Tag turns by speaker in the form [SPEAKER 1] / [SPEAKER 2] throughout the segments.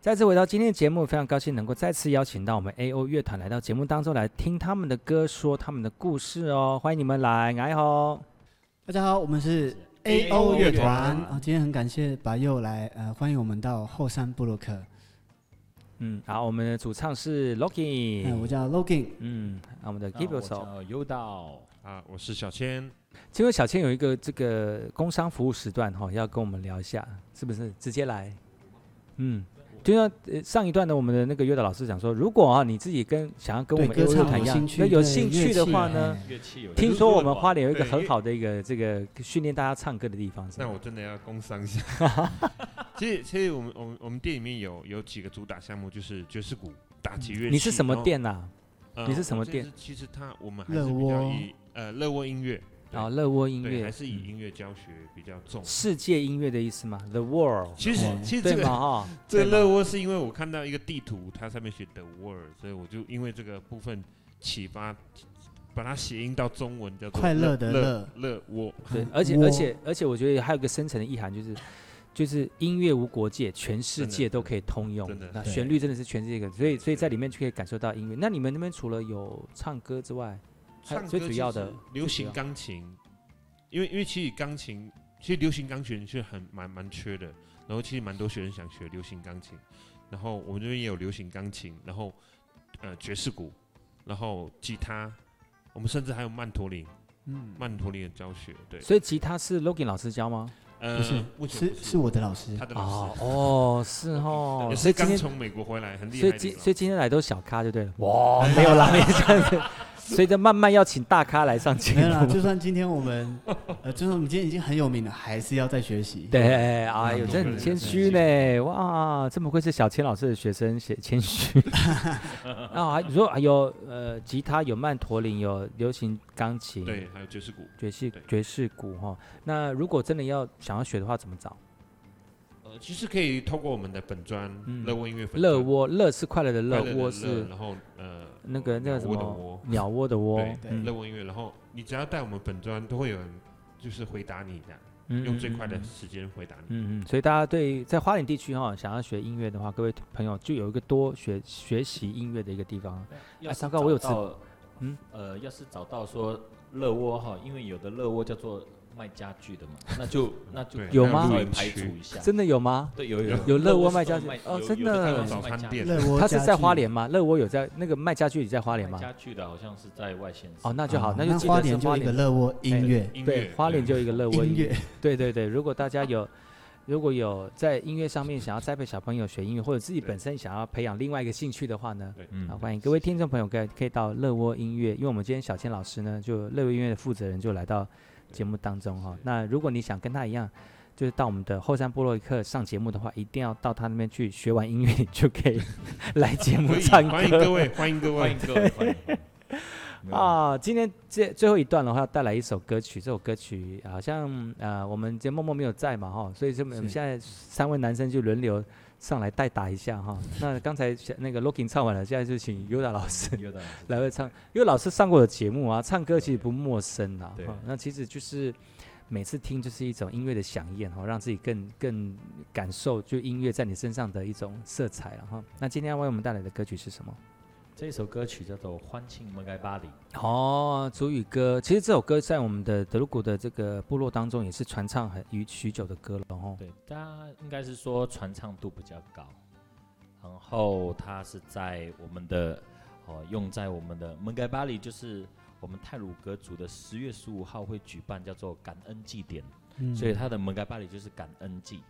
[SPEAKER 1] 再次回到今天的节目，非常高兴能够再次邀请到我们 A O 乐团来到节目当中来听他们的歌，说他们的故事哦。欢迎你们来，哎吼！
[SPEAKER 2] 大家好，我们是 A
[SPEAKER 3] AO
[SPEAKER 2] O 乐
[SPEAKER 3] 乐
[SPEAKER 2] 团
[SPEAKER 3] 团
[SPEAKER 2] 啊，今天很感谢白佑来呃欢迎我们到后山布鲁克，
[SPEAKER 1] 嗯，好，我们的主唱是
[SPEAKER 2] 嗯，我啊
[SPEAKER 1] Loki，
[SPEAKER 2] 叫 Logan，
[SPEAKER 1] 嗯，那我们的 Give
[SPEAKER 3] 啊我
[SPEAKER 1] Yourself。
[SPEAKER 3] 叫优道，
[SPEAKER 4] 啊，我是小千。
[SPEAKER 1] 结果小倩有一个这个工商服务时段哈、要跟我们聊一下，是不是？直接来，嗯，就像、呃、上一段呢，我们的那个乐导老师讲说，如果啊你自己跟想要跟我
[SPEAKER 2] 对
[SPEAKER 1] 们
[SPEAKER 2] 歌
[SPEAKER 1] AO 乐
[SPEAKER 2] 唱
[SPEAKER 1] 团一
[SPEAKER 2] 有
[SPEAKER 1] 样
[SPEAKER 2] 兴，趣，
[SPEAKER 1] 那有
[SPEAKER 2] 对
[SPEAKER 1] 兴
[SPEAKER 2] 乐
[SPEAKER 1] 趣的
[SPEAKER 2] 器
[SPEAKER 1] 话呢，
[SPEAKER 2] 哎
[SPEAKER 3] 乐器有
[SPEAKER 1] 听说我们花莲有一个
[SPEAKER 4] 对
[SPEAKER 1] 很
[SPEAKER 4] 因
[SPEAKER 1] 好的一个这个训练大家唱歌的地方，是
[SPEAKER 4] 那
[SPEAKER 1] 吧
[SPEAKER 4] 我真的要工商一 下。其实，其实我们我们我们店里面有有几个主打项目，就是爵士鼓、打击乐器。
[SPEAKER 1] 嗯你是什么
[SPEAKER 4] 然后？
[SPEAKER 1] 店呐、啊？
[SPEAKER 4] 呃
[SPEAKER 1] 你是什么
[SPEAKER 4] 我们这
[SPEAKER 1] 店
[SPEAKER 4] 次其实它我们还是
[SPEAKER 2] 乐
[SPEAKER 4] 比较
[SPEAKER 2] 窝
[SPEAKER 4] 以呃乐窝音乐，对
[SPEAKER 1] 然后哦乐窝音
[SPEAKER 4] 对，
[SPEAKER 1] 乐
[SPEAKER 4] 还是以
[SPEAKER 1] 嗯
[SPEAKER 4] 音乐教学比较重。
[SPEAKER 1] 世界音乐的意思吗？The World，
[SPEAKER 4] 其实
[SPEAKER 2] 哦
[SPEAKER 4] 其实
[SPEAKER 1] 对
[SPEAKER 4] 这
[SPEAKER 1] 吗？
[SPEAKER 4] 个
[SPEAKER 1] 哈，
[SPEAKER 4] 这个
[SPEAKER 1] 对吗
[SPEAKER 4] 乐窝是因为我看到一个地图，它上面写 the world，所以我就因为这个部分启发，把它谐音到中文叫做
[SPEAKER 2] 快乐的
[SPEAKER 4] 乐乐窝。
[SPEAKER 1] 对，而且
[SPEAKER 2] 我
[SPEAKER 1] 而且而且，我觉得还有个深层的意涵，就是就是音乐无国界，全世界都可以通用
[SPEAKER 4] 真的。
[SPEAKER 1] 那
[SPEAKER 2] 对
[SPEAKER 1] 旋律真的是全世界的，所以所以在里面就可以感受到音乐。那你们那边除了有唱歌之外，还
[SPEAKER 4] 唱歌
[SPEAKER 1] 最主要的
[SPEAKER 4] 其实流
[SPEAKER 1] 最主要
[SPEAKER 4] 行钢琴，因为因为其实钢琴，其实流行钢琴是很蛮蛮缺的，然后其实蛮多学生想学流行钢琴，然后我们这边也有流行钢琴，然后呃爵士鼓，然后吉他，我们甚至还有曼陀林，
[SPEAKER 2] 嗯，
[SPEAKER 4] 曼陀林的教学，对，
[SPEAKER 1] 所以吉他是 Logan 老师教吗？
[SPEAKER 4] 呃
[SPEAKER 2] 不是
[SPEAKER 4] 目前
[SPEAKER 2] 是
[SPEAKER 4] 不
[SPEAKER 2] 是我的老师
[SPEAKER 4] 他，的老
[SPEAKER 1] 哦
[SPEAKER 4] 师，
[SPEAKER 1] 哦，是哦，
[SPEAKER 4] 也
[SPEAKER 1] 所以
[SPEAKER 4] 是
[SPEAKER 1] 今
[SPEAKER 4] 刚
[SPEAKER 1] 天
[SPEAKER 4] 从美国回来，很厉
[SPEAKER 1] 所
[SPEAKER 4] 害
[SPEAKER 1] 以
[SPEAKER 4] 的
[SPEAKER 1] 今
[SPEAKER 4] 一个老
[SPEAKER 1] 所
[SPEAKER 4] 师。
[SPEAKER 1] 以今天来都是小咖就对了。哇，没有啦，没有这样子。所以这慢慢要请大咖来上节
[SPEAKER 2] 没有啦，
[SPEAKER 1] 目。
[SPEAKER 2] 就算今天我们呃，就算我们今天已经很有名了，还是要再学习，
[SPEAKER 1] 对，哎呦，
[SPEAKER 2] 嗯
[SPEAKER 1] 真的很谦虚呢，哇，这不愧是小千老师的学生，写谦虚。 啊，你说有呃，吉他有曼陀林，有流行钢琴，
[SPEAKER 4] 对，还有爵士鼓，
[SPEAKER 1] 爵士
[SPEAKER 4] 对
[SPEAKER 1] 爵士鼓哈。那如果真的要想要学的话，怎么找？
[SPEAKER 4] 呃，其实可以透过我们的本专
[SPEAKER 1] 嗯
[SPEAKER 4] 乐窝音乐粉
[SPEAKER 1] 乐
[SPEAKER 4] 专
[SPEAKER 1] 窝，乐是快乐的
[SPEAKER 4] 快
[SPEAKER 1] 乐
[SPEAKER 4] 乐，的
[SPEAKER 1] 窝
[SPEAKER 4] 乐
[SPEAKER 1] 是
[SPEAKER 4] 然后呃
[SPEAKER 1] 那个那个什
[SPEAKER 4] 鸟窝的
[SPEAKER 1] 么
[SPEAKER 4] 窝
[SPEAKER 1] 鸟窝的窝，
[SPEAKER 4] 对
[SPEAKER 2] 嗯
[SPEAKER 4] 乐文音乐，然后你只要带我们本专，都会有人就是回答你的，
[SPEAKER 1] 嗯
[SPEAKER 4] 用最快的
[SPEAKER 1] 嗯
[SPEAKER 4] 时间回答你。
[SPEAKER 1] 嗯嗯，所以大家对在花莲地区哈、想要学音乐的话，各位朋友就有一个多学学习音乐的一个地方。
[SPEAKER 3] 要是
[SPEAKER 1] 哎糟糕我有
[SPEAKER 3] 找到
[SPEAKER 1] 嗯
[SPEAKER 3] 呃，要是找到说乐窝哈，因为有的乐窝叫做卖家具的嘛，那 就那就
[SPEAKER 4] 对
[SPEAKER 1] 有
[SPEAKER 3] 稍
[SPEAKER 1] 吗
[SPEAKER 3] 微
[SPEAKER 4] 露营
[SPEAKER 3] 排
[SPEAKER 4] 区
[SPEAKER 3] 除一下，
[SPEAKER 1] 真的有吗？
[SPEAKER 3] 对有
[SPEAKER 4] 有
[SPEAKER 3] 有
[SPEAKER 1] 有乐窝
[SPEAKER 3] 是
[SPEAKER 1] 卖家具
[SPEAKER 3] 卖
[SPEAKER 1] 哦
[SPEAKER 3] 有
[SPEAKER 1] 真
[SPEAKER 3] 有
[SPEAKER 1] 的
[SPEAKER 3] 的
[SPEAKER 4] 还
[SPEAKER 3] 地
[SPEAKER 4] 有
[SPEAKER 3] 方
[SPEAKER 4] 早
[SPEAKER 3] 卖
[SPEAKER 4] 餐
[SPEAKER 3] 家
[SPEAKER 4] 店，
[SPEAKER 2] 乐窝
[SPEAKER 1] 他是
[SPEAKER 2] 家
[SPEAKER 1] 在
[SPEAKER 2] 具
[SPEAKER 1] 花莲吗？乐窝有在那个卖家具也在花莲吗？
[SPEAKER 3] 卖家具的好像是在外县市
[SPEAKER 1] 哦，那就好，
[SPEAKER 2] 啊
[SPEAKER 1] 就记
[SPEAKER 2] 花
[SPEAKER 1] 得是
[SPEAKER 2] 莲就
[SPEAKER 1] 花
[SPEAKER 2] 一个
[SPEAKER 1] 莲。
[SPEAKER 2] 乐窝音乐，
[SPEAKER 4] 音乐
[SPEAKER 1] 对，花莲就有一个乐窝
[SPEAKER 2] 音
[SPEAKER 1] 音
[SPEAKER 2] 乐
[SPEAKER 1] 乐。对对对，如果大家有，如果有在音乐上面想要栽培小朋友学音乐，或者自己本身想要培养另外一个兴趣的话呢，
[SPEAKER 4] 对，
[SPEAKER 3] 嗯
[SPEAKER 1] 啊，欢迎各位听众朋友可以可以到乐窝音乐，因为我们今天小千老师呢，就乐窝音乐的负责人就来到节目当中哈、那如果你想跟他一样，就是到我们的后山部落客上节目的话，一定要到他那边去学完音乐，你就可以来节目
[SPEAKER 4] 可以
[SPEAKER 1] 唱歌。
[SPEAKER 4] 欢迎各位，欢迎各
[SPEAKER 3] 欢
[SPEAKER 4] 位
[SPEAKER 3] 迎。各位欢迎欢迎
[SPEAKER 1] 啊，今天这最后一段的话，要带来一首歌曲。这首歌曲好像呃，我们节目默默没有在嘛哈，所以这么我们
[SPEAKER 2] 是
[SPEAKER 1] 现在三位男生就轮流上来代打一下哈。那刚才小那个 Looking 唱完了，现在就请 Yoda 老师
[SPEAKER 3] 有的
[SPEAKER 1] 来会唱，因为老师上过我的节目啊，唱歌其实不陌生啊。
[SPEAKER 3] 对
[SPEAKER 1] 哈那其实就是每次听就是一种音乐的响宴哈、让自己更更感受就音乐在你身上的一种色彩了、哈、那今天要为我们带来的歌曲是什么？
[SPEAKER 3] 这首歌曲叫做《欢庆门盖巴黎》，
[SPEAKER 1] 哦，主语歌，其实这首歌在我们的德鲁古的这个部落当中也是传唱很许许久的歌了哦。
[SPEAKER 3] 对，大家应该是说传唱度比较高，然后它是在我们的哦，用在我们的门盖巴黎，就是我们泰鲁格族的十月十五号会举办叫做感恩祭典，
[SPEAKER 2] 嗯
[SPEAKER 3] 所以它的门盖巴黎就是感恩祭，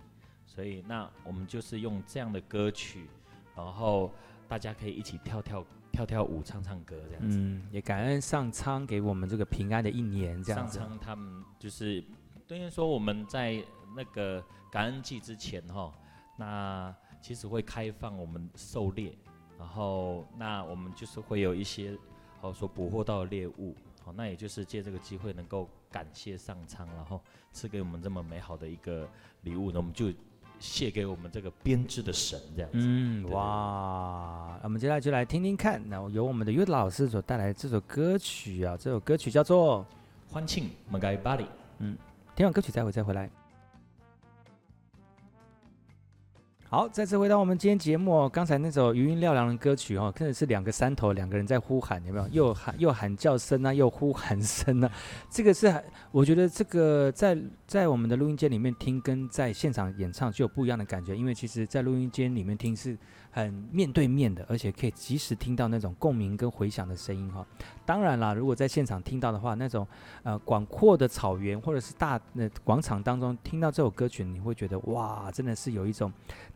[SPEAKER 3] 所以那我们就是用这样的歌曲，然后大家可以一起跳跳跳跳舞、唱唱歌这样子。
[SPEAKER 1] 嗯，也感恩上苍给我们这个平安的一年，这样
[SPEAKER 3] 上
[SPEAKER 1] 子。
[SPEAKER 3] 苍他们就是，对应说我们在那个感恩祭之前哈、那其实会开放我们狩猎，然后那我们就是会有一些哦所捕获到的猎物，好，那也就是借这个机会能够感谢上苍，然后赐给我们这么美好的一个礼物，那我们就谢给我们这个编织的神这样子。
[SPEAKER 1] 嗯，
[SPEAKER 3] 对对
[SPEAKER 1] 哇，我们接下来就来听听看，那由我们的乐老师所带来的这首歌曲啊，这首歌曲叫做
[SPEAKER 3] 欢庆 m a g a i b a l i
[SPEAKER 1] 听完歌曲待会再回来。好，再次回到我们今天节目、哦，刚才那首余音绕梁的歌曲哦，真的是两个山头，两个人在呼喊，有没有？又喊又喊叫声啊，又呼喊声啊， 这个是我觉得这个在在我们的录音间里面听，跟在现场演唱就有不一样的感觉，因为其实在录音间里面听是很面对面的，而且可以及时听到那种共鸣跟回响的声音哈、哦。当然啦，如果在现场听到的话，那种呃广阔的草原或者是大呃广场当中听到这首歌曲，你会觉得哇，真的是有一种。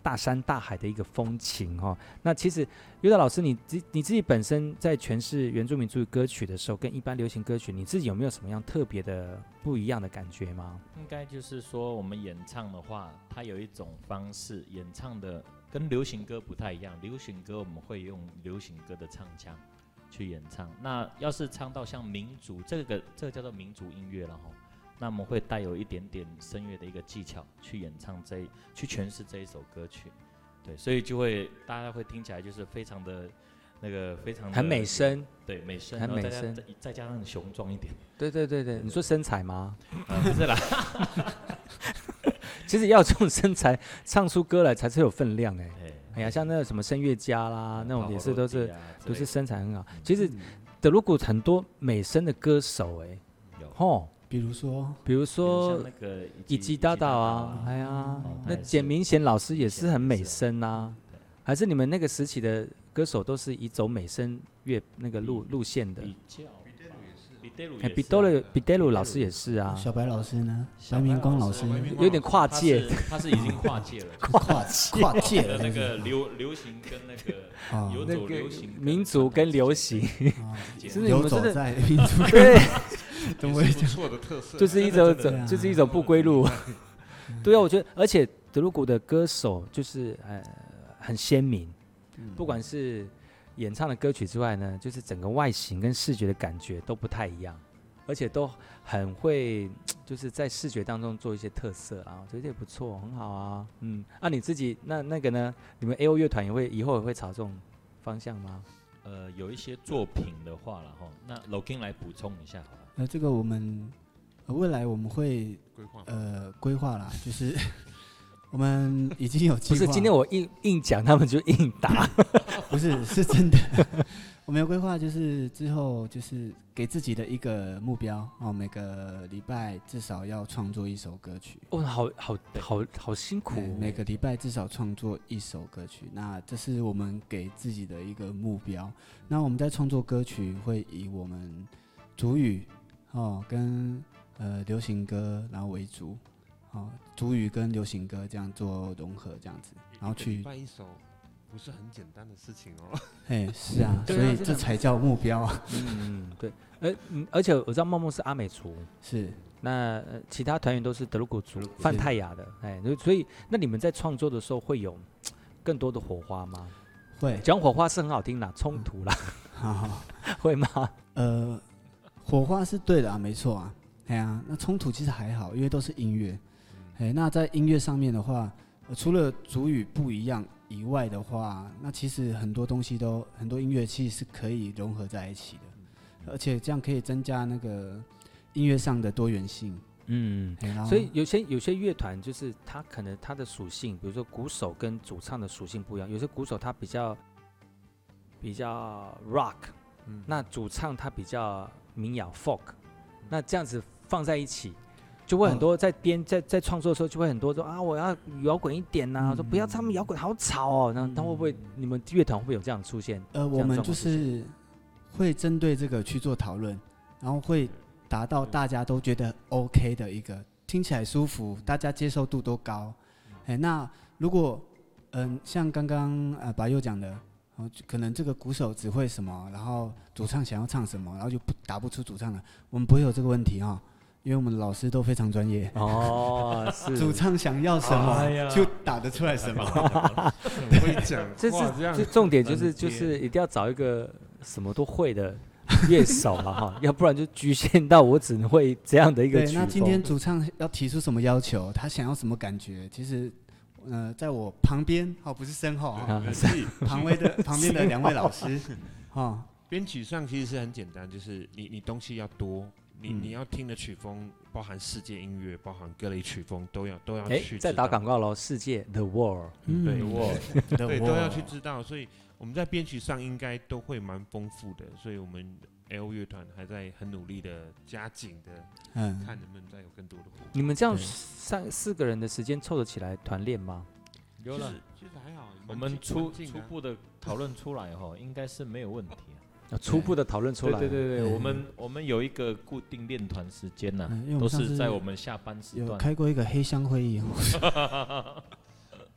[SPEAKER 1] 大山大海的一个风情哈、哦。那其实尤达老师，你自你自己本身在诠释原住民族歌曲的时候，跟一般流行歌曲，你自己有没有什么样特别的不一样的感觉吗？
[SPEAKER 3] 应该就是说，我们演唱的话，它有一种方式演唱的跟流行歌不太一样。流行歌我们会用流行歌的唱腔去演唱，那要是唱到像民族这个这个叫做民族音乐了哈。那我们会带有一点点声乐的一个技巧去演唱这一去诠释这一首歌曲，对，所以就会大家会听起来就是非常的那个非常的
[SPEAKER 1] 很美，声，
[SPEAKER 3] 对美声，
[SPEAKER 1] 很
[SPEAKER 3] 然
[SPEAKER 1] 美
[SPEAKER 3] 后再加
[SPEAKER 1] 声
[SPEAKER 3] 再再加上雄壮 一点，
[SPEAKER 1] 对对对对，你说身材吗？
[SPEAKER 3] 啊，不是啦，
[SPEAKER 1] 其实要有这种身材唱出歌来才是有分量哎。
[SPEAKER 3] 哎
[SPEAKER 1] 哎呀，像那个什么声乐家啦，啊
[SPEAKER 3] 啊
[SPEAKER 1] 那种也是都是、都是身材很好。
[SPEAKER 3] 嗯
[SPEAKER 1] 其实德鲁古很多美声的歌手哎，
[SPEAKER 3] 有，
[SPEAKER 1] 吼，
[SPEAKER 2] 比如说，
[SPEAKER 1] 比如
[SPEAKER 3] 像
[SPEAKER 1] 说
[SPEAKER 3] 那个
[SPEAKER 1] 以及大大啊，哎呀
[SPEAKER 3] 哦，
[SPEAKER 1] 那
[SPEAKER 3] 他也
[SPEAKER 1] 简
[SPEAKER 3] 是
[SPEAKER 1] 明贤老师也是很美
[SPEAKER 3] 是啊
[SPEAKER 1] 声啊
[SPEAKER 3] 对，
[SPEAKER 1] 还是你们那个时期的歌手都是以走美声乐那个路路线的？
[SPEAKER 3] 比较比德鲁也是，比德鲁
[SPEAKER 1] 哎，
[SPEAKER 3] 也
[SPEAKER 1] 比
[SPEAKER 3] 是
[SPEAKER 1] 德
[SPEAKER 3] 啊
[SPEAKER 1] 鲁比德鲁老师也是啊，
[SPEAKER 2] 小白老师呢？
[SPEAKER 3] 小
[SPEAKER 2] 白
[SPEAKER 3] 白
[SPEAKER 2] 明光老
[SPEAKER 3] 老
[SPEAKER 2] 师。
[SPEAKER 3] 师
[SPEAKER 1] 有点跨界，
[SPEAKER 3] 他是他是已经跨界了
[SPEAKER 2] 跨跨界
[SPEAKER 3] 的
[SPEAKER 2] 了
[SPEAKER 3] 那
[SPEAKER 2] 真 的
[SPEAKER 3] 个
[SPEAKER 2] 是
[SPEAKER 3] 流流行跟那个
[SPEAKER 2] 哦
[SPEAKER 3] 游
[SPEAKER 1] 啊那
[SPEAKER 3] 走
[SPEAKER 1] 个
[SPEAKER 3] 流行跟
[SPEAKER 1] 民族跟流行，
[SPEAKER 2] 哦
[SPEAKER 3] 之
[SPEAKER 1] 真的
[SPEAKER 3] 间
[SPEAKER 1] 你
[SPEAKER 2] 游
[SPEAKER 1] 们真
[SPEAKER 2] 走
[SPEAKER 1] 的
[SPEAKER 2] 在民族
[SPEAKER 1] 对，
[SPEAKER 2] 怎么
[SPEAKER 4] 也
[SPEAKER 2] 会
[SPEAKER 4] 是不错的特色啊。
[SPEAKER 1] 就是一
[SPEAKER 3] 真的
[SPEAKER 1] 种
[SPEAKER 3] 真
[SPEAKER 1] 走
[SPEAKER 3] 的嗯
[SPEAKER 2] 对，啊
[SPEAKER 1] 就是一种不归路。 对啊，我觉得，而且德鲁古的歌手就是呃很鲜明，
[SPEAKER 3] 嗯
[SPEAKER 1] 不管是演唱的歌曲之外呢，就是整个外形跟视觉的感觉都不太一样，而且都很会就是在视觉当中做一些特色啊，我觉得也不错，很好啊。嗯，啊你自己那那个呢？你们 A O 乐团也会以后也会朝这种方向吗？
[SPEAKER 3] 呃，有一些作品的话了哈，那 Logan 来补充一下好了。
[SPEAKER 2] 那这个我们呃未来我们会
[SPEAKER 4] 规划嘛
[SPEAKER 2] 呃规划啦，就是 我们已经有计
[SPEAKER 1] 不
[SPEAKER 2] 划，
[SPEAKER 1] 是，今天我硬硬讲，他们就硬打。
[SPEAKER 2] 不是是真的， 我们有规划，就是之后就是给自己的一个目标哦，每个礼拜至少要创作一首歌曲。
[SPEAKER 1] 哦，好好好好辛苦
[SPEAKER 2] 对
[SPEAKER 1] 哦、
[SPEAKER 2] 每个礼拜至少创作一首歌曲，那这是我们给自己的一个目标。那我们在创作歌曲会以我们主语哦跟呃流行歌然后为主，哦主语跟流行歌这样做融合这样子，然后
[SPEAKER 4] 一个礼
[SPEAKER 2] 去
[SPEAKER 4] 拜一首，不是很简单的事情哦。
[SPEAKER 2] 哎是啊，所
[SPEAKER 1] 对啊
[SPEAKER 2] 以
[SPEAKER 1] 真的
[SPEAKER 2] 这才叫目标啊，
[SPEAKER 1] 嗯，对，而嗯而且我知道梦梦是阿美族，
[SPEAKER 2] 是
[SPEAKER 1] 那、呃其他团员都是德鲁古族、
[SPEAKER 4] 德鲁古
[SPEAKER 1] 泛
[SPEAKER 2] 族
[SPEAKER 1] 泰雅的，哎，所以那你们在创作的时候会有更多的火花吗？
[SPEAKER 2] 会
[SPEAKER 1] 讲火花是很好听啦，冲突啦，
[SPEAKER 2] 好好
[SPEAKER 4] 嗯
[SPEAKER 1] 会吗？
[SPEAKER 2] 呃火花是对的啊，没错啊，哎呀、那冲突其实还好，因为都是音乐。
[SPEAKER 1] 嗯
[SPEAKER 2] 哎，那在音乐上面的话，呃除了主语不一样以外的话，那其实很多东西都很多音乐器是可以融合在一起
[SPEAKER 1] 嗯
[SPEAKER 2] 的，而且这样可以增加那个音乐上的多元性。
[SPEAKER 1] 嗯。
[SPEAKER 2] 嘿然后
[SPEAKER 1] 所以有些有些乐团就是它可能它的属性，比如说鼓手跟主唱的属性不一样，有些鼓手他比较比较 rock，
[SPEAKER 4] 嗯
[SPEAKER 1] 那主唱他比较民谣 folk，那这样子放在一起，就会很多在编在在创作的时候就会很多说啊，我要摇滚一点呐、说不要他们摇滚好吵哦，那他会不会你们乐团会不会有这样出现？
[SPEAKER 2] 呃，
[SPEAKER 1] 这
[SPEAKER 2] 我
[SPEAKER 1] 样
[SPEAKER 2] 们
[SPEAKER 1] 状
[SPEAKER 2] 就
[SPEAKER 1] 况出现
[SPEAKER 2] 是会针对这个去做讨论，然后会达到
[SPEAKER 1] 嗯
[SPEAKER 2] 大家都觉得 OK 的一个，听起来舒服，大家接受度都高。
[SPEAKER 1] 嗯
[SPEAKER 2] 哎，那如果嗯、像刚刚呃白佑讲的，然后就可能这个鼓手只会什么，然后主唱想要唱什么，然后就不打不出主唱了，我们不会有这个问题哈、因为我们老师都非常专业。
[SPEAKER 1] 哦，是
[SPEAKER 2] 主唱想要什么、
[SPEAKER 3] 哎呀
[SPEAKER 2] 就打得出来什么，
[SPEAKER 4] 很会讲
[SPEAKER 1] 这
[SPEAKER 4] 话，
[SPEAKER 1] 是
[SPEAKER 4] 这样
[SPEAKER 1] 这重点就是
[SPEAKER 4] 很
[SPEAKER 1] 就
[SPEAKER 4] 贴
[SPEAKER 1] 是一定要找一个什么都会的乐手了哈， 要不然就局限到我只能会这样的一个
[SPEAKER 2] 对，
[SPEAKER 1] 曲
[SPEAKER 2] 那今天
[SPEAKER 1] 风。
[SPEAKER 2] 主唱要提出什么要求，他想要什么感觉？其实，呃，在我旁边哦，不是身后 啊，
[SPEAKER 1] 啊
[SPEAKER 4] 对所以
[SPEAKER 2] 旁边的旁边的两位老师，哦，
[SPEAKER 4] 编曲上其实是很简单，就是你你东西要多，你
[SPEAKER 2] 嗯
[SPEAKER 4] 你要听的曲风包含世界音乐，包含各类曲风都要都要
[SPEAKER 1] 哎
[SPEAKER 4] 去，知
[SPEAKER 1] 在打
[SPEAKER 4] 道
[SPEAKER 1] 广告喽，世界 The World，
[SPEAKER 4] 对
[SPEAKER 2] 嗯
[SPEAKER 4] 我
[SPEAKER 2] The
[SPEAKER 4] 对，都
[SPEAKER 2] Wall
[SPEAKER 4] 要去知道，所以我们在编曲上应该都会蛮丰富的，所以我们 L 乐团还在很努力的加紧的
[SPEAKER 2] 嗯，
[SPEAKER 4] 看能不能再有更多的活动。
[SPEAKER 1] 你们这样
[SPEAKER 2] 对
[SPEAKER 1] 三四个人的时间凑得起来团练吗？
[SPEAKER 3] 有了，
[SPEAKER 4] 其实还好，
[SPEAKER 3] 我们啊初初
[SPEAKER 4] 步
[SPEAKER 3] 步的讨论出来哈，应该是没有问题啊。
[SPEAKER 1] 啊初步的讨论出来，
[SPEAKER 3] 对对对
[SPEAKER 2] 嗯
[SPEAKER 3] 对，我们我们有一个固定练团时间呐、
[SPEAKER 2] 嗯因为我们
[SPEAKER 3] 都
[SPEAKER 2] 上
[SPEAKER 3] 是
[SPEAKER 2] 次
[SPEAKER 3] 在我们下班时
[SPEAKER 2] 有
[SPEAKER 3] 段。啊
[SPEAKER 2] 开过一个黑箱会议，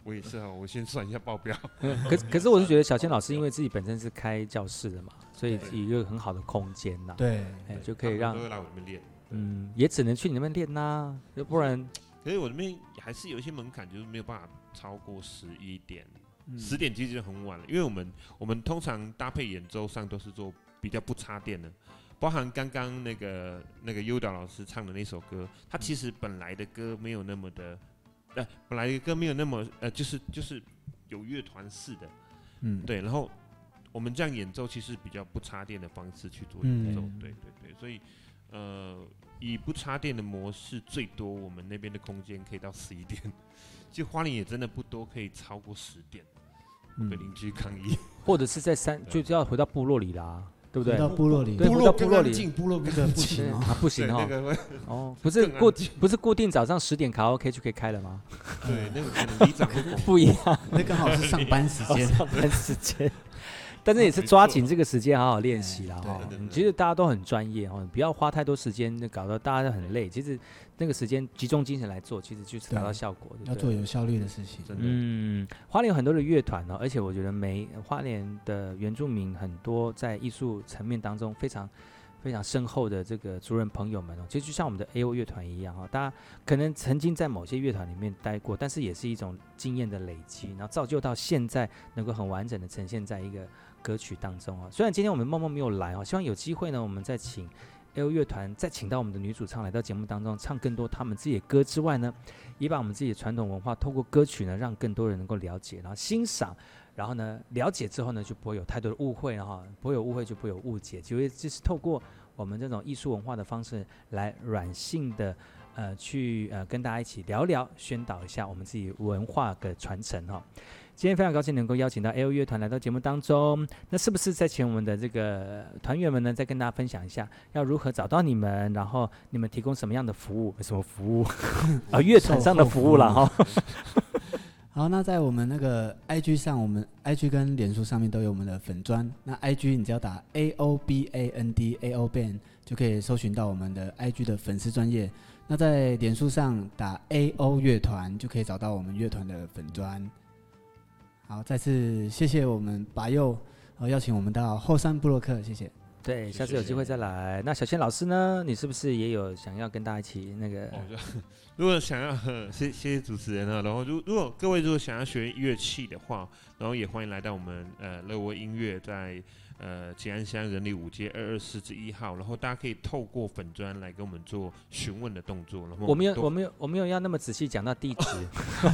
[SPEAKER 4] 我也是哦，我先算一下报表。
[SPEAKER 1] 嗯 可是可是我是觉得小千老师因为自己本身是开教室的嘛，所以
[SPEAKER 4] 对
[SPEAKER 1] 有一个很好的空间呐、
[SPEAKER 2] 对，
[SPEAKER 1] 哎，
[SPEAKER 4] 对
[SPEAKER 1] 就可以
[SPEAKER 4] 他们
[SPEAKER 1] 让
[SPEAKER 4] 都会来我们练。
[SPEAKER 1] 嗯，也只能去你那边练呐、要不然
[SPEAKER 4] 可是我这边还是有一些门槛，就是没有办法超过十一点，
[SPEAKER 2] 嗯
[SPEAKER 4] 十、点其实就很晚了，因为我们我们通常搭配演奏上都是做比较不插电的，包含刚刚那个那个优导老师唱的那首歌，他
[SPEAKER 2] 嗯
[SPEAKER 4] 其实本来的歌没有那么的，呃，本来的歌没有那么呃，就是就是有乐团式的，
[SPEAKER 2] 嗯，
[SPEAKER 4] 对，然后我们这样演奏其实比较不插电的方式去做
[SPEAKER 2] 嗯
[SPEAKER 4] 演奏，对对对，所以呃，以不插电的模式，最多我们那边的空间可以到十一点，其实花莲也真的不多，可以超过十点，
[SPEAKER 2] 嗯
[SPEAKER 4] 被邻居抗议，
[SPEAKER 1] 或者是在山，
[SPEAKER 4] 对
[SPEAKER 1] 就是要回到部落里啦，对不对
[SPEAKER 2] 回？到部落里，
[SPEAKER 1] 对部落
[SPEAKER 4] 更
[SPEAKER 1] 部落
[SPEAKER 4] 安
[SPEAKER 1] 里
[SPEAKER 4] 静部落
[SPEAKER 2] 这
[SPEAKER 4] 更
[SPEAKER 2] 个
[SPEAKER 4] 安
[SPEAKER 2] 不
[SPEAKER 4] 静，
[SPEAKER 2] 行哦，
[SPEAKER 1] 啊，不行
[SPEAKER 4] 对那
[SPEAKER 1] 哦，
[SPEAKER 4] 个会
[SPEAKER 1] 哦，不是
[SPEAKER 4] 更安
[SPEAKER 1] 固
[SPEAKER 4] 静
[SPEAKER 1] 不是固定早上十点卡拉 OK 就可以开了吗？
[SPEAKER 4] 对那个可能里长会恐
[SPEAKER 1] 不一样，
[SPEAKER 2] 那刚好是上班时间，
[SPEAKER 1] 上班时 间，但是也是抓紧这个时间好好练习啦
[SPEAKER 2] 哎
[SPEAKER 1] 哈
[SPEAKER 4] 对对。
[SPEAKER 1] 嗯
[SPEAKER 4] 对
[SPEAKER 1] 其实大家都很专业哈，不要花太多时间，搞得大家都很累。其实那个时间集中精神来做，其实就是达到
[SPEAKER 2] 对
[SPEAKER 1] 效果，对
[SPEAKER 2] 要
[SPEAKER 1] 不
[SPEAKER 2] 做
[SPEAKER 1] 对？
[SPEAKER 2] 有效率的事情，
[SPEAKER 4] 真的。
[SPEAKER 1] 嗯，花莲有很多的乐团哦，而且我觉得每花莲的原住民很多在艺术层面当中非常非常深厚的这个族人朋友们哦，其实就像我们的 A O 乐团一样哈、哦，大家可能曾经在某些乐团里面待过，但是也是一种经验的累积，然后造就到现在能够很完整的呈现在一个歌曲当中哦。虽然今天我们梦梦没有来哦，希望有机会呢，我们再请 L 乐团再请到我们的女主唱来到节目当中，唱更多他们自己的歌之外呢，也把我们自己的传统文化透过歌曲呢，让更多人能够了解，然后欣赏，然后呢，了解之后呢，就不会有太多的误会了哈，不会有误会就不会有误解，就会就是透过我们这种艺术文化的方式来软性的。呃，去呃跟大家一起聊聊，宣导一下我们自己文化的传承哈、今天非常高兴能够邀请到 L 乐团来到节目当中，那是不是再请我们的这个团员们呢，再跟大家分享一下，要如何找到你们，然后你们提供什么样的服务？什么服务？啊，乐团上的服务了哈。
[SPEAKER 2] 好，那在我们那个 IG 上，我们 IG 跟脸书上面都有我们的粉砖。那 IG 你只要打 A O B A N D A O Band 就可以搜寻到我们的 IG 的粉丝专业。那在脸书上打 A O 乐团就可以找到我们乐团的粉砖。好，再次谢谢我们把佑呃邀请我们到后山部落客，谢谢。
[SPEAKER 1] 对，
[SPEAKER 4] 谢
[SPEAKER 1] 下次有
[SPEAKER 4] 谢
[SPEAKER 1] 机会再来。那小仙老师呢？你是不是也有想要跟大家一起那个？
[SPEAKER 4] 哦，就 如果想要，呵谢谢谢主持人啊。然后如如果各位如果想要学乐器的话，然后也欢迎来到我们呃乐窝音乐在呃吉安乡人力五街二二四至一号，然后大家可以透过粉砖来跟我们做询问的动作。然后
[SPEAKER 1] 我没有，
[SPEAKER 4] 都
[SPEAKER 1] 我没有，我没有要那么仔细讲到地址， 开玩
[SPEAKER 4] 好谢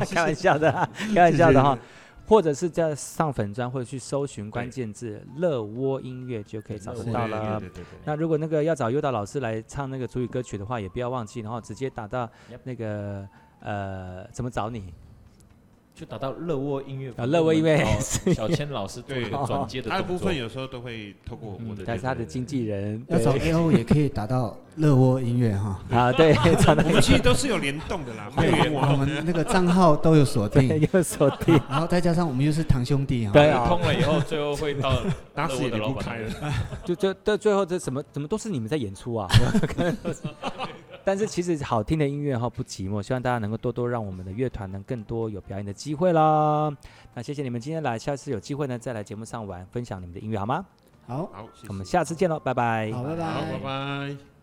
[SPEAKER 4] 哦谢
[SPEAKER 1] 笑的啊，开玩笑的哈
[SPEAKER 4] 谢。
[SPEAKER 1] 或者是在上粉砖，或者去搜寻关键字“乐窝音乐”就可以找
[SPEAKER 3] 乐
[SPEAKER 1] 得
[SPEAKER 3] 窝
[SPEAKER 1] 到
[SPEAKER 3] 音乐
[SPEAKER 1] 了啊
[SPEAKER 4] 对。对对对对。
[SPEAKER 1] 那如果那个要找优导老师来唱那个主语歌曲的话，也不要忘记，然后直接打到
[SPEAKER 3] Yep
[SPEAKER 1] 那个呃怎么找你？
[SPEAKER 3] 就达到乐窝音乐部
[SPEAKER 1] 啊
[SPEAKER 3] 分，
[SPEAKER 1] 乐窝音乐
[SPEAKER 3] 哦小千老师做一
[SPEAKER 4] 对
[SPEAKER 3] 个转接的
[SPEAKER 4] 他的嗯
[SPEAKER 3] 动
[SPEAKER 4] 部
[SPEAKER 3] 作
[SPEAKER 4] 分有时候都会透过我的，
[SPEAKER 1] 嗯但是他的
[SPEAKER 4] 对对对
[SPEAKER 1] 经纪人
[SPEAKER 2] 要找
[SPEAKER 1] 对
[SPEAKER 2] A O 也可以打到乐窝音乐哈，
[SPEAKER 1] 啊， 对，找到
[SPEAKER 4] 我们其实都是有联动的 啦，没有联
[SPEAKER 2] 我
[SPEAKER 4] 网。
[SPEAKER 2] 们那个账号都有锁定，
[SPEAKER 1] 又锁定。
[SPEAKER 2] 然后再加上我们又是堂兄弟哈。
[SPEAKER 1] 对啊
[SPEAKER 3] 通了以后，最后会到
[SPEAKER 4] 打死
[SPEAKER 3] 乐窝
[SPEAKER 4] 也
[SPEAKER 3] 的
[SPEAKER 4] 离
[SPEAKER 3] 老
[SPEAKER 4] 不
[SPEAKER 3] 板
[SPEAKER 4] 开
[SPEAKER 3] 那边
[SPEAKER 4] 了，
[SPEAKER 1] 就就到最后这什么怎么都是你们在演出啊， 但是其实好听的音乐哈不寂寞，希望大家能够多多让我们的乐团能更多有表演的机会啦。那谢谢你们今天来，下次有机会呢再来节目上玩分享你们的音乐好吗？
[SPEAKER 2] 好，
[SPEAKER 4] 好，谢谢
[SPEAKER 1] 我们下次见喽，拜拜。
[SPEAKER 2] 好，拜
[SPEAKER 4] 好，
[SPEAKER 2] 拜
[SPEAKER 4] 拜。拜。